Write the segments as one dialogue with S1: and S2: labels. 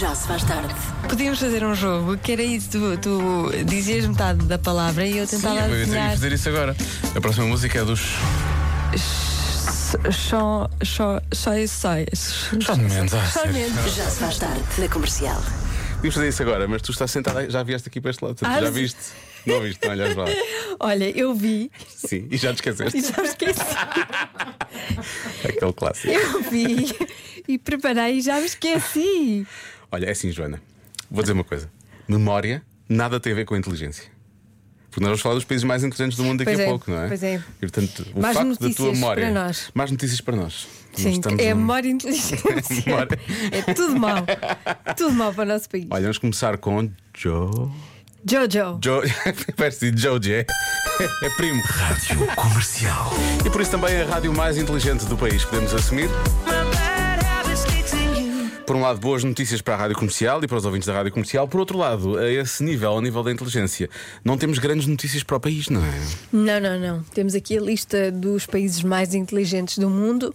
S1: Já se faz tarde.
S2: Podíamos fazer um jogo que era isso: tu, tu dizias metade da palavra e eu tentava
S3: eu tenho
S2: adivinhar.
S3: que fazer isso agora. A próxima música é dos.
S2: Só, só, só isso, só isso.
S3: Shawn Mendes, ah,
S2: Shawn
S3: sério.
S2: Mendes.
S1: Já se faz tarde na comercial.
S3: Podíamos fazer isso agora, mas tu estás sentada, já vieste aqui para este lado. portanto,
S2: Ah,
S3: já
S2: sim.
S3: viste? Não viste, não olhas lá.
S2: Olha, eu vi
S3: Sim, e já te
S2: e
S3: esqueceste.
S2: já esqueci.
S3: Aquele clássico.
S2: Eu vi e preparei e já me esqueci.
S3: Olha, é assim, Joana. Vou dizer uma coisa: memória nada tem a ver com inteligência. Porque nós vamos falar dos países mais inteligentes do mundo daqui
S2: Pois
S3: a
S2: é,
S3: pouco, não é?
S2: pois é.
S3: E portanto, o
S2: Mais
S3: facto da tua
S2: notícias
S3: memória.
S2: para nós.
S3: Mais notícias para nós. Nós
S2: Sim,
S3: estamos
S2: é a
S3: num-
S2: memória e inteligência.
S3: Memória.
S2: É tudo mal. Tudo mal para o nosso país.
S3: Olha, vamos começar com Joe.
S2: Jojo.
S3: Joe. Parece de Joji, é? É primo.
S4: Rádio Comercial.
S3: E por isso também é a rádio mais inteligente do país, podemos assumir. Por um lado, boas notícias para a rádio comercial e para os ouvintes da rádio comercial. Por outro lado, a esse nível, ao nível da inteligência, não temos grandes notícias para o país, não é?
S2: Não, não, não. Temos aqui a lista dos países mais inteligentes do mundo.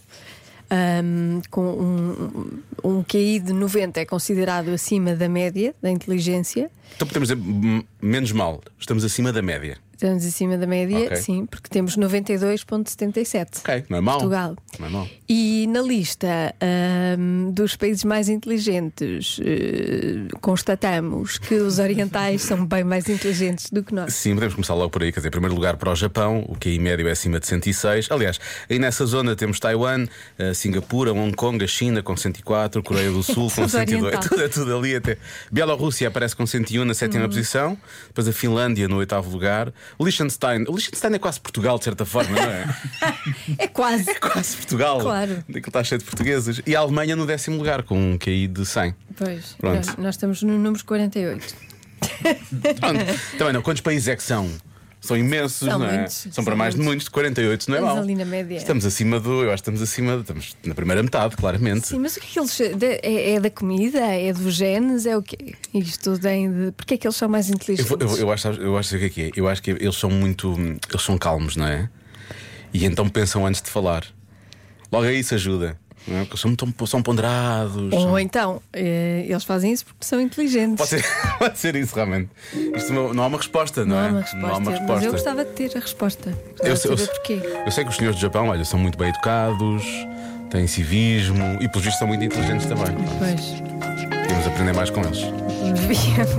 S2: ahm, com um, um QI de 90 é considerado acima da média da inteligência.
S3: Então podemos dizer, m- menos mal, estamos acima da média.
S2: Estamos acima da média,
S3: Ok.
S2: sim, porque temos 92,77.
S3: Ok, não é mal.
S2: Portugal.
S3: Não é mal.
S2: E na lista ahm, dos países mais inteligentes, eh, constatamos que os orientais são bem mais inteligentes do que nós.
S3: Sim, podemos começar logo por aí. Quer dizer, em primeiro lugar para o Japão, o QI médio é acima de 106. Aliás, aí nessa zona temos Taiwan, eh, Singapura, Hong Kong, a China com 104, Coreia do Sul com
S2: Tudo então.
S3: 102.
S2: oriental.
S3: Tudo, é tudo ali até. Bielorrússia aparece com 101 na sétima
S2: Hum.
S3: posição. Depois a Finlândia no oitavo lugar. O Liechtenstein. O Liechtenstein é quase Portugal, de certa forma, não é?
S2: É quase.
S3: quase Portugal.
S2: Claro.
S3: Daquilo está cheio de portugueses. E a Alemanha no décimo lugar com um QI de 100.
S2: Pois,
S3: Pronto.
S2: nós, nós estamos no número 48.
S3: Pronto. Também não. Quantos países é que são? São imensos,
S2: São
S3: não é?
S2: muitos,
S3: são
S2: são
S3: para mais de
S2: muitos.
S3: muitos, de 48, não é
S2: Estamos
S3: mal.
S2: ali na média.
S3: Estamos acima do, eu acho que estamos acima, estamos na primeira metade, claramente.
S2: Sim, mas o que é que eles. de- é, é da comida? É dos genes? É o quê? Isto tem de. Porquê é que eles são mais
S3: Eu,
S2: inteligentes?
S3: vou- eu, eu acho, eu acho o que é que é. Eu acho que eles são muito. hum, Eles são calmos, não é? E então pensam antes de falar. Logo aí isso ajuda. Não é? Porque são, muito- são ponderados. são-
S2: Ou então, eh, eles fazem isso porque são inteligentes.
S3: Pode, ser, pode ser isso, realmente. Isto não, não há uma resposta, não,
S2: Não
S3: é?
S2: há uma resposta,
S3: Não há
S2: mas
S3: uma
S2: eu
S3: resposta.
S2: gostava de ter a resposta. Gostava
S3: Eu
S2: de
S3: sei, eu
S2: saber
S3: sei-
S2: porquê.
S3: eu sei que os senhores do Japão, olha, são muito bem educados, têm civismo e, pelos vistos, são muito inteligentes também.
S2: Pois,
S3: Podemos aprender mais com eles.
S2: devíamos.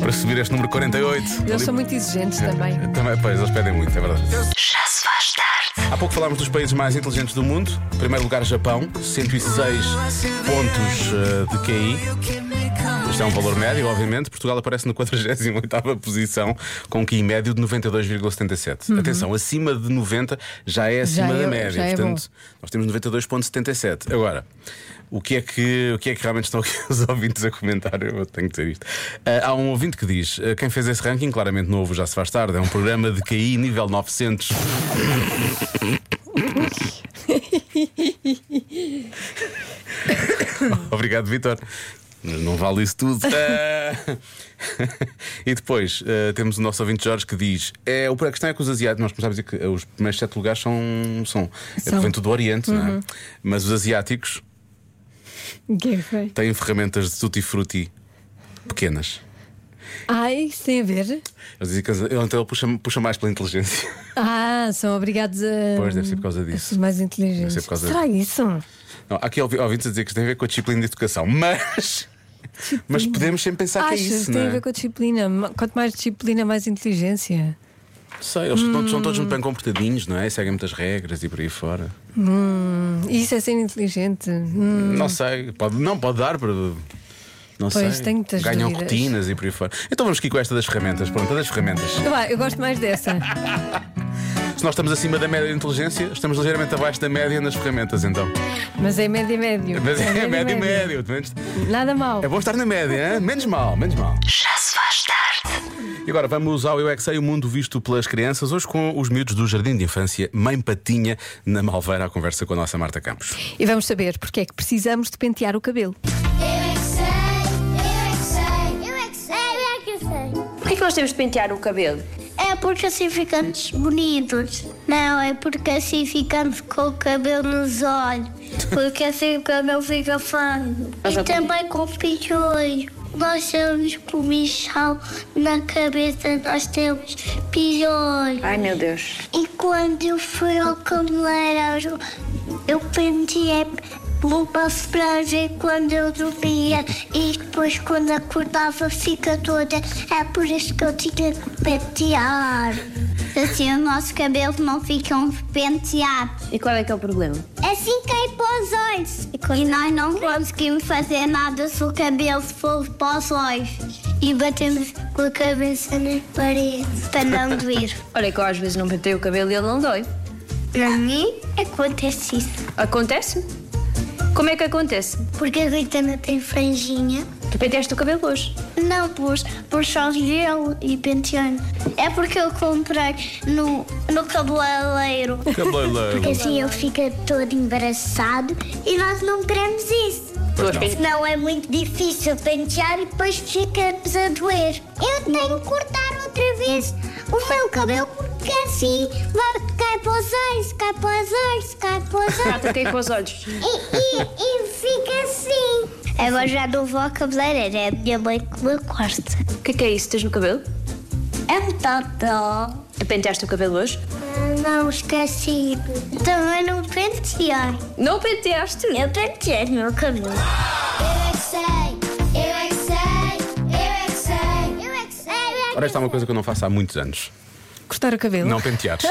S3: Para subir este número 48.
S2: Eles
S3: ali-
S2: são muito exigentes
S3: É.
S2: também.
S3: Também, pois, eles pedem muito, é verdade.
S1: Já se faz tarde.
S3: Há pouco falámos dos países mais inteligentes do mundo. Em primeiro lugar, Japão, 106 pontos eh, de QI. Isto é um valor médio, obviamente. Portugal aparece na 48 posição, com um QI médio de 92,77. Atenção, acima de 90 já é acima
S2: Uhum. Já é-
S3: da média.
S2: já é
S3: portanto, nós temos 92,77. Agora, o que, é que, o que é que realmente estão aqui os ouvintes a comentar? Eu tenho que dizer isto. Ah, há um ouvinte que diz: ah, quem fez esse ranking, claramente novo, já se faz tarde, é um programa de QI nível 900. Obrigado, Vitor. Mas não vale isso tudo. Ah, e depois ah, temos o nosso ouvinte Jorge que diz: é, o- a questão é que os asiáticos, nós começámos a dizer que os primeiros sete lugares são. são, é
S2: São. Uhum.
S3: vem tudo do Oriente, não é? Mas os asiáticos
S2: Quem foi?
S3: têm ferramentas de tutti-frutti pequenas.
S2: Ai, isso tem a ver?
S3: Eles dizem que as- então ele puxa, puxa mais pela inteligência.
S2: Ah, são obrigados a.
S3: Pois, deve ser por causa disso.
S2: a ser mais
S3: Deve
S2: inteligentes.
S3: ser por causa-
S2: Será isso?
S3: Não, há aqui ouvi- ouvintes a dizer que isto tem a ver com a disciplina de educação, mas. Mas podemos sempre pensar
S2: Achas?
S3: que é isso,
S2: tem
S3: não é?
S2: a ver com a disciplina. Ma- Quanto mais disciplina, mais inteligência.
S3: Sei, eles estão- são
S2: Hum.
S3: todos muito bem comportadinhos, não é? E Seguem muitas regras e por aí fora.
S2: E Isso é ser inteligente. Hum,
S3: Não sei, pode, não pode dar para. Não
S2: Pois,
S3: sei.
S2: tenho muitas
S3: Ganham
S2: dúvidas.
S3: rotinas e por aí fora. Então vamos aqui com esta das ferramentas. Pronto, a das ferramentas.
S2: vá, eu gosto mais dessa.
S3: Se nós estamos acima da média de inteligência, estamos ligeiramente abaixo da média nas ferramentas, então.
S2: Mas é médio e médio.
S3: Mas é, médio
S2: médio
S3: e médio. pelo menos-
S2: Nada mal.
S3: É bom estar na média, hein? menos mal, menos mal.
S1: Já se faz tarde.
S3: E agora vamos ao Eu é Que Sei, o mundo visto pelas crianças, hoje com os miúdos do Jardim de Infância, Mãe Patinha, na Malveira, à conversa com a nossa Marta Campos.
S2: E vamos saber porque é que precisamos de pentear o cabelo.
S5: Eu é que sei, eu é que sei, eu é que sei, eu é que sei.
S6: Porquê que nós temos de pentear o cabelo?
S5: É porque assim ficamos bonitos. Não, é porque assim ficamos com o cabelo nos olhos. Porque assim que eu fica frango.
S6: Mas
S5: E
S6: eu-
S5: também com piolho. Nós temos comichão na cabeça, nós temos piolho.
S6: Ai meu Deus.
S5: E quando eu fui ao cabeleireiro, eu penteei lupa para ver quando eu dormia. E depois, quando acordava, fica toda. É por isso que eu tinha que pentear. Assim, o nosso cabelo não fica um penteado.
S6: E qual é que é o problema?
S5: Assim cai para os olhos. E nós não conseguimos fazer nada se o cabelo for para os olhos. E batemos com a cabeça na parede para não doer.
S6: Olha que eu às vezes não pentei o cabelo e ele não dói.
S5: Para mim, é acontece isso.
S6: Acontece? Como é que acontece?
S5: Porque a Caetana tem franjinha.
S6: Tu penteaste o cabelo hoje.
S5: Não pus, pus só gelo e penteando. É porque eu comprei no, no cabeleireiro.
S3: Cabeleireiro.
S5: Porque assim ele fica todo embaraçado e nós não queremos isso.
S3: Pois não.
S5: Senão é muito difícil pentear e depois ficamos a doer. Eu tenho que cortar outra vez o meu cabelo porque assim vai cai para os olhos, cai para os olhos, cai para os olhos.
S6: Trata-te aí com os olhos.
S5: E, e, e fica assim. Agora já não vou à cabeleireira, é a minha mãe que me corta.
S6: O que é que é isso? Tens no cabelo?
S5: É um tatá.
S6: Penteaste o cabelo hoje?
S5: Não esqueci. Também não pentear.
S6: Não penteaste?
S5: Eu penteei meu cabelo. Eu é que sei, eu é que sei, eu é que sei, eu é que sei.
S3: Ora, esta é uma coisa que eu não faço há muitos anos.
S2: Cortar o cabelo.
S3: Não penteados.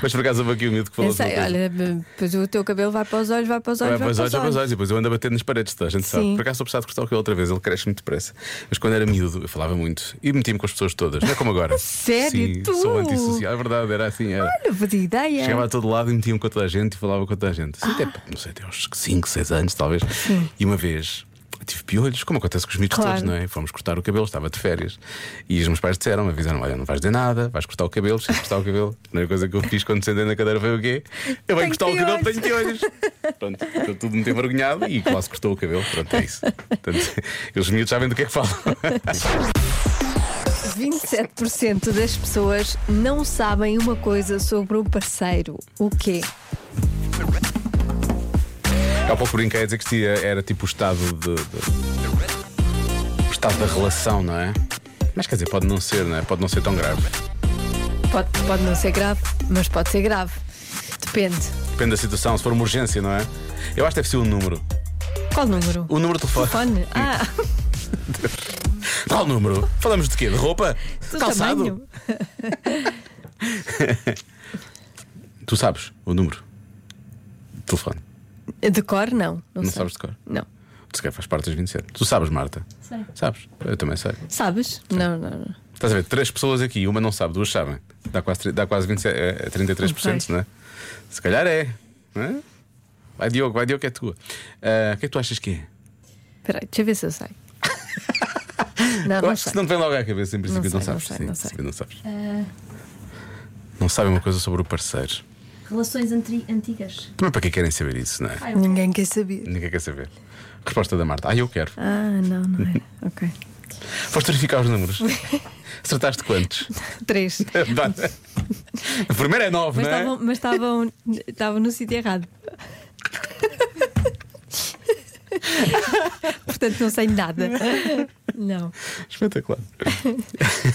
S3: Mas por acaso houve aqui um miúdo que falou
S2: Pensei,
S3: sobre uma coisa.
S2: olha, pois o teu cabelo vai para os olhos, vai para os olhos,
S3: Vai para os olhos, vai para os
S2: olhos.
S3: olhos, e depois eu ando a bater nas paredes, toda a gente sabe.
S2: Sim.
S3: Por acaso estou precisado de cortar o cabelo outra vez, ele cresce muito depressa. Mas quando era miúdo, eu falava muito e metia-me com as pessoas todas, não é como agora.
S2: Sério?
S3: Sim,
S2: Tu?
S3: sou antissocial, é verdade, era assim. Era.
S2: Não fazia ideia.
S3: Chegava a todo lado e metia-me com toda a gente e falava com toda a gente. Assim, até,
S2: Ah.
S3: não sei, até uns 5, 6 anos, talvez. E uma vez. Tive piolhos, como acontece com os miúdos
S2: Claro.
S3: todos, não é? Fomos cortar o cabelo, estava de férias. E os meus pais disseram, avisaram: olha, não vais dizer nada, vais cortar o cabelo, se cortar o cabelo. A primeira coisa que eu fiz quando sentei na cadeira foi o quê? Eu
S2: Tenho
S3: venho cortar o cabelo,
S2: piolhos.
S3: tenho piolhos. Pronto, ficou tudo muito envergonhado e quase cortou o cabelo. Pronto, é isso. Portanto, os miúdos sabem do que é que falam.
S2: 27% das pessoas não sabem uma coisa sobre o parceiro. O quê?
S3: Há pouco brinquei a dizer que isto era tipo o estado de, de- o estado da relação, não é? Mas quer dizer, pode não ser, não é? Pode não ser tão grave.
S2: Pode, pode não ser grave, mas pode ser grave. Depende.
S3: Depende da situação, se for uma urgência, não é? Eu acho que deve ser o número.
S2: Qual número?
S3: O número de telefone.
S2: Telefone? Ah,
S3: Qual número? Falamos de quê? De roupa?
S2: do
S3: Calçado?
S2: tamanho.
S3: Tu sabes o número? de Telefone.
S2: De cor, não. Não,
S3: Não
S2: sei.
S3: sabes de cor?
S2: Não.
S3: Tu sequer faz parte dos 27. Tu sabes, Marta? Sei. Sabes? Eu também sei.
S2: Sabes? Não, não, não.
S3: Estás a ver? Três pessoas aqui, uma não sabe, duas sabem. Dá quase, tri- dá quase 27, eh, 33%,
S2: Ok.
S3: não é? Se calhar é. não é? Vai, Diogo, vai, Diogo, que é tua. Ah, O que é que tu achas que é?
S2: Espera aí, deixa eu ver se eu sei. Não,
S3: Eu
S2: não
S3: acho que
S2: sei.
S3: se não te vem logo à cabeça, em princípio não,
S2: sei, não
S3: sabes.
S2: sei,
S3: Sim,
S2: não
S3: em
S2: sei. Eh.
S3: princípio não sabes. Não sabem uma coisa sobre o parceiro.
S7: Relações antri- antigas.
S3: Também para que querem saber isso, não é?
S2: Ninguém quer saber.
S3: Ninguém quer saber. Resposta da Marta. Ah, eu quero.
S2: Ah, não, não era. Ok.
S3: Foste verificar os números. Acertaste quantos?
S2: Três.
S3: A primeira é nove,
S2: Mas
S3: não é?
S2: estavam- Mas estavam estavam no sítio errado. Portanto, não sei nada. Não.
S3: Espetacular.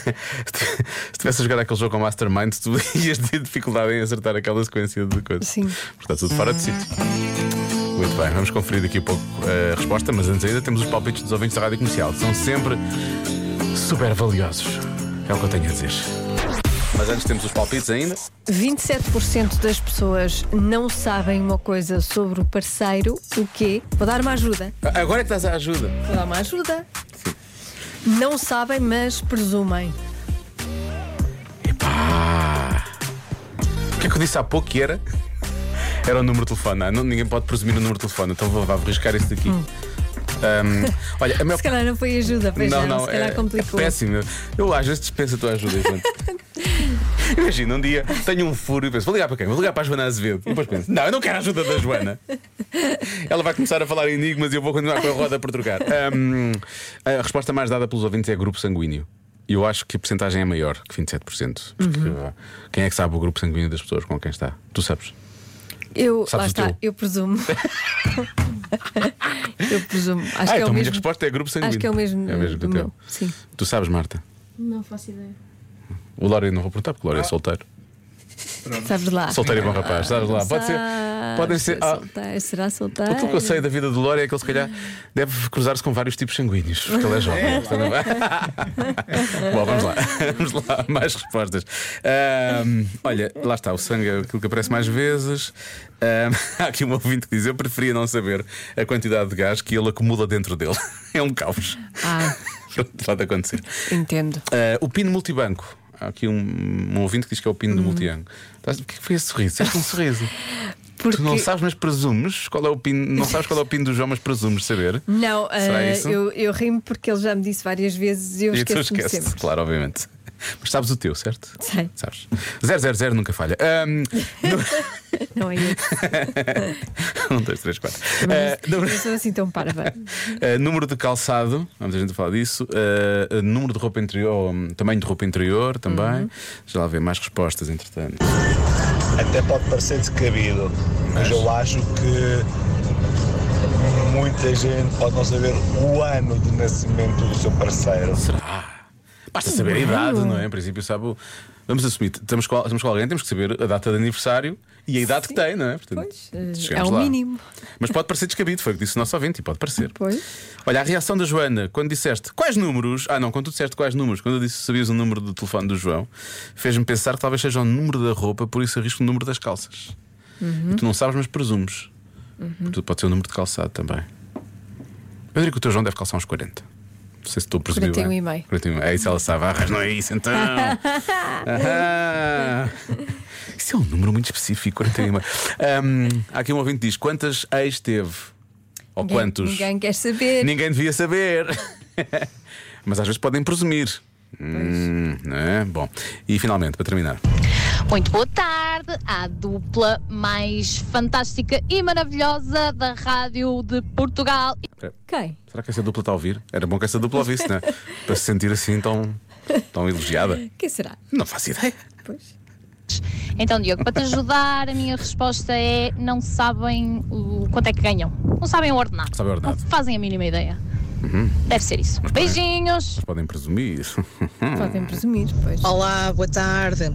S3: Se tivesse a jogar aquele jogo com Mastermind, tu ias ter dificuldade em acertar aquela sequência de coisas.
S2: Sim.
S3: Está tudo fora de sítio. Muito bem, vamos conferir daqui a pouco eh, a resposta, mas antes ainda temos os palpites dos ouvintes da rádio comercial. São sempre super valiosos. É o que eu tenho a dizer. Mas antes temos os palpites ainda.
S2: 27% das pessoas não sabem uma coisa sobre o parceiro, o quê? Vou dar uma ajuda.
S3: A- Agora é que estás à ajuda.
S2: Vou dar uma ajuda. Não sabem, mas presumem.
S3: Epá! O que é que eu disse há pouco que era? Era o número de telefone. Ah, não, ninguém pode presumir o número de telefone, então vou, vá, vou arriscar isso daqui. Ahm, olha, a maior
S2: Se calhar não foi ajuda, pois não, se calhar complicou.
S3: É péssimo. Eu às vezes dispenso a tua ajuda, Joana. Imagina, um dia tenho um furo e penso, vou ligar para quem? Vou ligar para a Joana Azevedo. E depois penso, não, eu não quero a ajuda da Joana. Ela vai começar a falar em enigmas e eu vou continuar com a roda por trocar. Hum, a resposta mais dada pelos ouvintes é grupo sanguíneo. E eu acho que a porcentagem é maior
S2: Uhum.
S3: que 27%. Porque ah, quem é que sabe o grupo sanguíneo das pessoas com quem está? Tu sabes?
S2: Eu,
S3: Sabes
S2: lá
S3: o
S2: está,
S3: teu?
S2: eu presumo. eu presumo. Acho
S3: ah,
S2: que é
S3: então
S2: o
S3: a minha
S2: mesmo.
S3: resposta é grupo sanguíneo.
S2: Acho que é o mesmo.
S3: É o mesmo que
S2: do
S3: o teu.
S2: meu. Sim.
S3: Tu sabes, Marta?
S7: Não faço ideia.
S3: O Lório não vou perguntar porque o
S2: Ah.
S3: Lório é solteiro.
S2: Sabes lá.
S3: Solteiro e bom rapaz, sabes lá. Pode ser. Podem ser. ah, então
S2: Solteiro, será solteiro?
S3: Aquilo que eu sei da vida do Lório é que ele, se calhar, deve cruzar-se com vários tipos sanguíneos, porque ele é jovem. Portanto, vai- Bom, vamos lá. Vamos lá, mais respostas. Ahm, olha, lá está, o sangue é aquilo que aparece mais vezes. Ahm, há aqui um ouvinte que diz: Eu preferia não saber a quantidade de gás que ele acumula dentro dele. É um caos.
S2: Ah,
S3: Pode acontecer.
S2: entendo.
S3: Ah, o pino multibanco. Há aqui um, um ouvinte que diz que é o pino do multibanco. Estás- O que é que foi esse sorriso? Este é um sorriso.
S2: Porque...
S3: Tu não sabes, mas presumes qual é o pino. Não sabes qual é o pino do João, mas presumes saber.
S2: Não,
S3: Será
S2: eh,
S3: isso?
S2: eu, eu rimo porque ele já me disse várias vezes e eu
S3: E tu
S2: esqueço-me
S3: esqueces,
S2: sempre.
S3: claro, obviamente. Mas sabes o teu, certo?
S2: Sei.
S3: Sabes. 000 nunca falha. Um, Ahm,
S2: Não é isso.
S3: um, dois, três, quatro. Ah,
S2: Mas
S3: número,
S2: eu sou assim tão parva.
S3: ah, número de calçado, há muita gente a falar disso. Ah, ah, número de roupa interior, ou, hum, tamanho de roupa interior também.
S2: Uhum.
S3: Já lá vê mais respostas, entretanto.
S8: Até pode parecer descabido, mas eu acho que muita gente pode não saber o ano de nascimento do seu parceiro.
S3: Será? Basta saber a idade, não é? Em princípio, sabe. o- Vamos assumir, estamos com, estamos com alguém, temos que saber a data de aniversário e a idade que tem, não é? Portanto,
S2: Pois, eh,
S3: chegamos
S2: é o mínimo.
S3: Mas pode parecer descabido, foi o que disse o nosso ouvinte, e pode parecer.
S2: Pois.
S3: Olha, a reação da Joana, quando disseste quais números. Ah, não, quando tu disseste quais números, quando eu disse que sabias o número do telefone do João, fez-me pensar que talvez seja o número da roupa, por isso arrisco o número das calças.
S2: Uhum.
S3: E tu não sabes, mas presumes. Porque pode ser o número de calçado também. Eu diria que o teu João deve calçar uns 40. Não sei se estou a perceber.
S2: 41
S3: bem.
S2: e meio.
S3: 41. É isso, ela sabe. Ah, mas não é isso então. Ahá. Isso é um número muito específico, 41 e meio. Ahm, há aqui um ouvinte que diz: quantas ex teve? Ou
S2: Ninguém-
S3: quantos?
S2: Ninguém quer saber.
S3: Ninguém devia saber. Mas às vezes podem presumir. Hum, não é? Bom, e finalmente, para terminar.
S9: Muito boa tarde à dupla mais fantástica e maravilhosa da Rádio de Portugal.
S2: Quem?
S3: Será que essa dupla está a ouvir? Era bom que essa dupla ouvisse, não é? Para se sentir assim tão, tão elogiada.
S2: Quem será?
S3: Não faço ideia.
S2: Pois.
S9: Então, Diogo, para te ajudar, a minha resposta é: não sabem o quanto é que ganham. Não sabem o ordenado.
S3: Sabe o ordenado. Uhum.
S9: Não fazem a mínima ideia. Deve ser isso. Beijinhos.
S3: Podem presumir.
S2: Podem
S3: Hum.
S2: presumir, pois.
S3: Oh.
S10: Olá, boa tarde.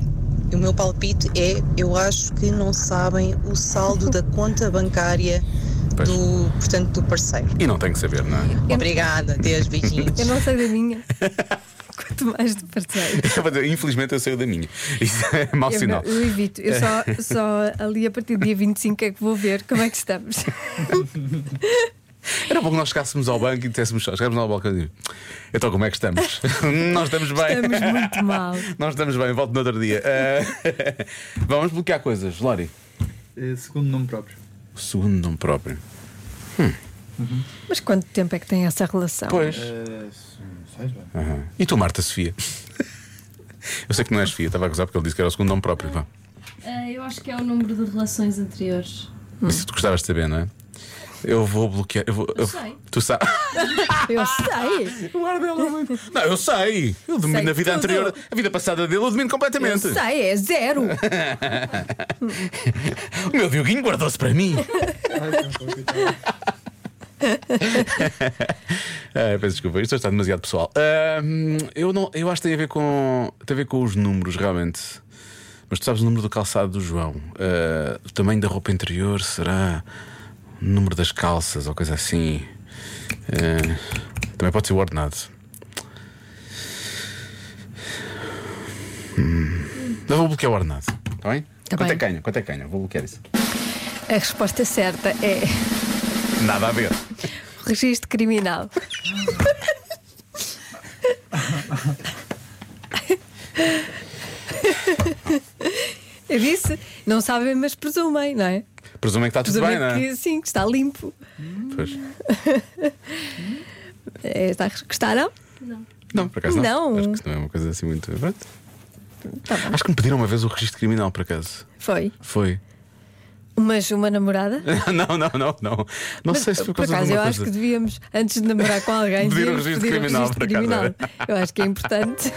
S10: O meu palpite é: eu acho que não sabem o saldo da conta bancária
S3: Pois.
S10: do, portanto, do parceiro.
S3: E não tem que saber, não é?
S10: Obrigada, Deus, beijinhos.
S2: Eu não sei da minha. Quanto mais do parceiro.
S3: Eu vou dizer, Infelizmente eu saio da minha. Isso é mau
S2: Eu,
S3: sinal.
S2: não- eu evito. Eu só, só ali a partir do dia 25 é que vou ver como é que estamos.
S3: Era bom que nós chegássemos ao banco e dissessemos, chegámos ao balcão e dizíamos, então como é que estamos? nós estamos bem.
S2: Estamos muito mal.
S3: Nós estamos bem, volto no outro dia. Ah, vamos bloquear coisas, Lori.
S11: É, Segundo nome próprio.
S3: O segundo nome próprio.
S2: Mas quanto tempo é que tem essa relação?
S3: Pois.
S11: Sais bem.
S3: E tu, Marta Sofia? Eu sei que não és Sofia, estava a gozar porque ele disse que era o segundo nome próprio. Vá.
S2: Hum.
S7: Ah, eu acho que é o número de relações anteriores.
S3: Isso tu gostavas de saber, não é? Eu vou bloquear. Eu vou, eu-
S7: sei.
S3: Tu sabes.
S2: Eu Ah, sei.
S3: Não, eu sei. Eu domino
S2: Sei
S3: a vida
S2: tudo.
S3: anterior, a vida passada dele, eu domino
S2: Eu
S3: completamente.
S2: sei, é zero.
S3: O meu Dioguinho guardou-se para mim. Ah, peço desculpa, isto está demasiado pessoal. Ah, eu, não, eu acho que tem a ver com. Tem a ver com os números, realmente. Mas tu sabes o número do calçado do João? Ah, o tamanho da roupa interior será o número das calças ou coisa assim. Ah, também pode ser o ordenado. Hum. Eu vou bloquear o ordenado, está bem?
S2: Tá
S3: quanto é
S2: bem.
S3: que ganho? Quanto é que ganho? Vou bloquear isso.
S2: A resposta certa é
S3: Nada a ver.
S2: o registro criminal. Eu disse, não sabem, mas presumem, não é?
S3: Presumem que está tudo
S2: Presumem
S3: bem, não é?
S2: que sim, que está limpo.
S3: Pois.
S2: É, está- Gostaram?
S3: Não, por acaso
S2: Não.
S3: não.
S2: Tá
S3: Acho que isso não é uma coisa assim muito. Pronto. Acho que me pediram uma vez o registro criminal, por acaso.
S2: Foi.
S3: Foi.
S2: Mas uma namorada?
S3: não, não, não, não. Não sei se foi
S2: por
S3: É, por causa
S2: acaso,
S3: de
S2: eu
S3: uma
S2: acho que
S3: coisa.
S2: devíamos, antes de namorar com alguém,
S3: Pedir o
S2: devíamos
S3: registro
S2: pedir
S3: criminal,
S2: registro
S3: por acaso,
S2: criminal. Eu acho que é importante.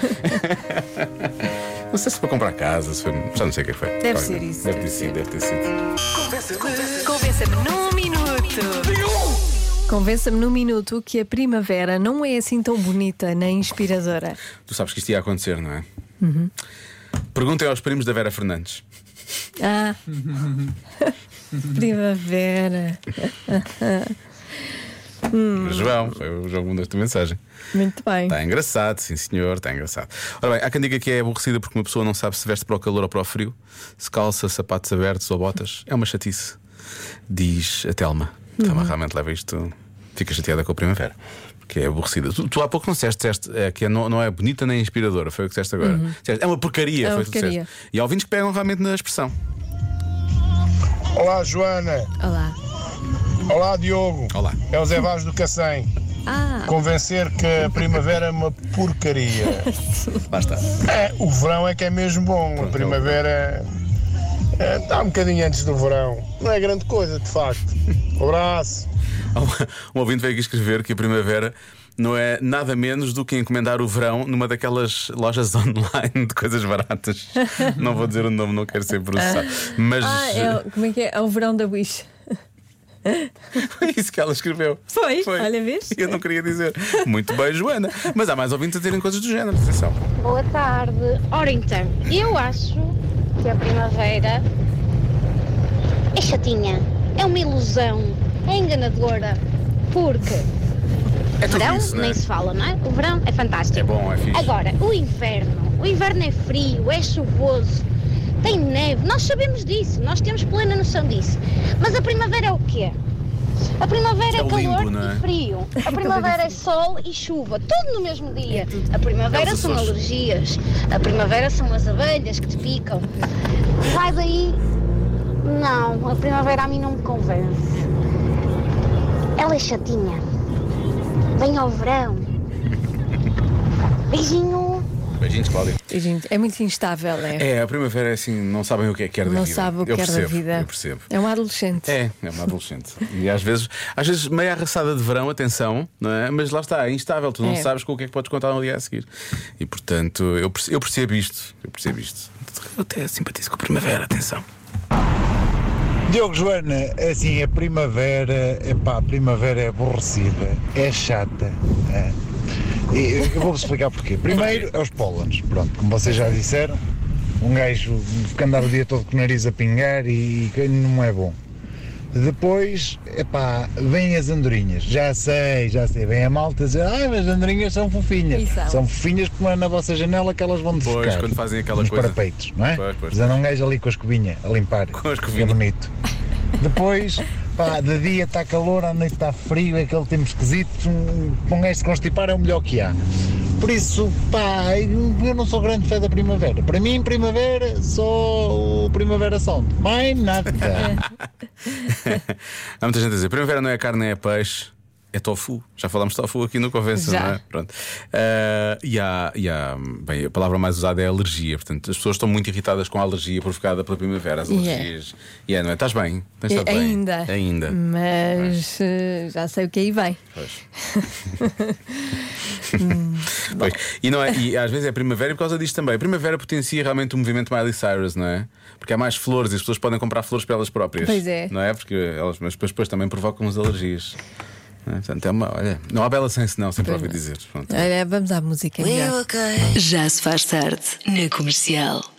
S3: Não sei se foi comprar casa, se foi. Já não sei o que foi.
S1: Deve
S3: Olha,
S1: ser isso,
S3: Deve ter sido, deve ter sido.
S1: Convença-me num minuto.
S2: Convença-me num minuto que a primavera não é assim tão bonita nem inspiradora.
S3: Tu sabes que isto ia acontecer, não é?
S2: Uhum.
S3: Perguntem aos primos da Vera Fernandes.
S2: Ah, primavera. Hum,
S3: João, foi o João que mandou esta mensagem.
S2: muito bem.
S3: Está engraçado, sim senhor, está engraçado. Ora bem, há quem diga que é aborrecida porque uma pessoa não sabe se veste para o calor ou para o frio, se calça, sapatos abertos ou botas. É uma chatice, diz a Telma. A Telma
S12: Uhum.
S3: realmente leva isto, fica chateada com a primavera, porque é aborrecida. Tu, tu há pouco não disseste, disseste, é, que é- não, não é bonita nem inspiradora, foi o que disseste agora.
S12: Uhum.
S3: Disseste, é uma porcaria,
S12: É uma
S3: foi o que tu
S12: porcaria.
S3: disseste. E há ouvintes que pegam realmente na expressão.
S8: Olá, Joana.
S2: Olá.
S8: Olá, Diogo.
S3: Olá.
S8: É o Zé Vaz do Cacém.
S2: Ah.
S8: Convencer que a primavera é uma porcaria.
S3: Lá está.
S8: É, o verão é que é mesmo bom. A primavera é, está um bocadinho antes do verão. Não é grande coisa, de facto. Um abraço.
S3: Há Um, um ouvinte veio aqui escrever que a primavera não é nada menos do que encomendar o verão numa daquelas lojas online de coisas baratas. não vou dizer o nome, não quero ser processado. Mas eh,
S2: Ah, é, o- como é que é? É o verão da Wish.
S3: foi isso que ela escreveu.
S2: Foi, olha, vês?
S3: Eu não queria dizer. Muito bem, Joana. Mas há mais ouvintes a terem coisas do género, atenção.
S13: Boa tarde. Ora então, eu acho que a primavera é chatinha, é uma ilusão, é enganadora, porque
S3: É
S13: o
S3: tudo
S13: verão
S3: isso, não é?
S13: nem se fala, não é? O verão é fantástico.
S3: É bom, é fixe.
S13: Agora, o inverno, o inverno é frio, é chuvoso, tem neve, nós sabemos disso, nós temos plena noção disso. Mas a primavera é o quê? A primavera
S14: É
S13: é,
S14: o
S13: calor
S14: limbo, não é?
S13: e frio. A primavera é sol e chuva, tudo no mesmo dia. A primavera
S14: Elsa
S13: são
S14: Soares.
S13: alergias. A primavera são as abelhas que te picam. Sai daí. Não, a primavera a mim não me convence. Ela é chatinha. Vem ao verão. Beijinho.
S3: Beijinhos, Cláudio.
S2: E, gente, é muito instável, é?
S3: É, a primavera é assim, não sabem o que é que quer da
S2: não
S3: vida.
S2: sabe o que
S3: eu
S2: quer da
S3: percebo,
S2: vida.
S3: Eu percebo.
S2: É um adolescente.
S3: É, é uma adolescente. e às vezes, às vezes meio arraçada de verão, atenção, não é? Mas lá está, é instável, tu não
S2: É.
S3: sabes com o que é que podes contar no dia a seguir. E portanto, eu perce- eu percebo, isto, eu percebo isto. Eu até simpatizo com a primavera, atenção.
S15: Diogo Joana, é assim, a primavera, epá, a primavera é aborrecida, é chata. é. E eu vou-vos explicar porquê. Primeiro é os pólenes, pronto, como vocês já disseram, um gajo fica a andar o dia todo com o nariz a pingar e, e não é bom. Depois, epá, vêm as andorinhas, já sei, já sei, vem a malta dizer, ai, mas as andorinhas são fofinhas.
S3: E são.
S15: fofinhas porque não é na vossa janela que elas vão defecar.
S3: Pois, quando fazem aquela
S15: nos
S3: coisa.
S15: parapeitos, não é?
S3: Pois, pois.
S15: Mas anda um gajo ali com a escovinha a limpar. Com a escovinha. bonito. Depois, pá, de dia está calor, à noite está frio, é aquele tempo esquisito. um- Para um gajo se constipar é o melhor que há. Por isso, pá, eu não sou grande fã da primavera. Para mim, primavera, só o Primavera Sound. Mais nada.
S3: Há muita gente a dizer: primavera não é carne, nem é peixe. É tofu, já falámos de tofu aqui no Convença,
S12: Já.
S3: não é? Pronto. Ah, e, há, e há- Bem, a palavra mais usada é alergia, portanto, as pessoas estão muito irritadas com a alergia provocada pela primavera, as
S2: Yeah.
S3: alergias. E é, não é? Estás bem? Tens
S2: E-
S3: estado bem?
S2: É
S3: é
S2: ainda.
S3: Ainda. Hum.
S2: Mas eh, já sei o que aí vem. Hum,
S3: Pois. E, não é, e às vezes é primavera e por causa disto também. A primavera potencia realmente o movimento Miley Cyrus, não é? Porque há mais flores e as pessoas podem comprar flores para elas próprias.
S2: Pois é.
S3: Não é? Porque elas, mas depois, depois também provocam as alergias. Não é? Portanto, é uma, olha, não há bela sem senão, sempre
S2: Pois É,
S3: ouvi
S2: não.
S3: dizer. Pronto.
S2: então. Olha, vamos à música. melhor.
S1: Já se faz tarde na comercial.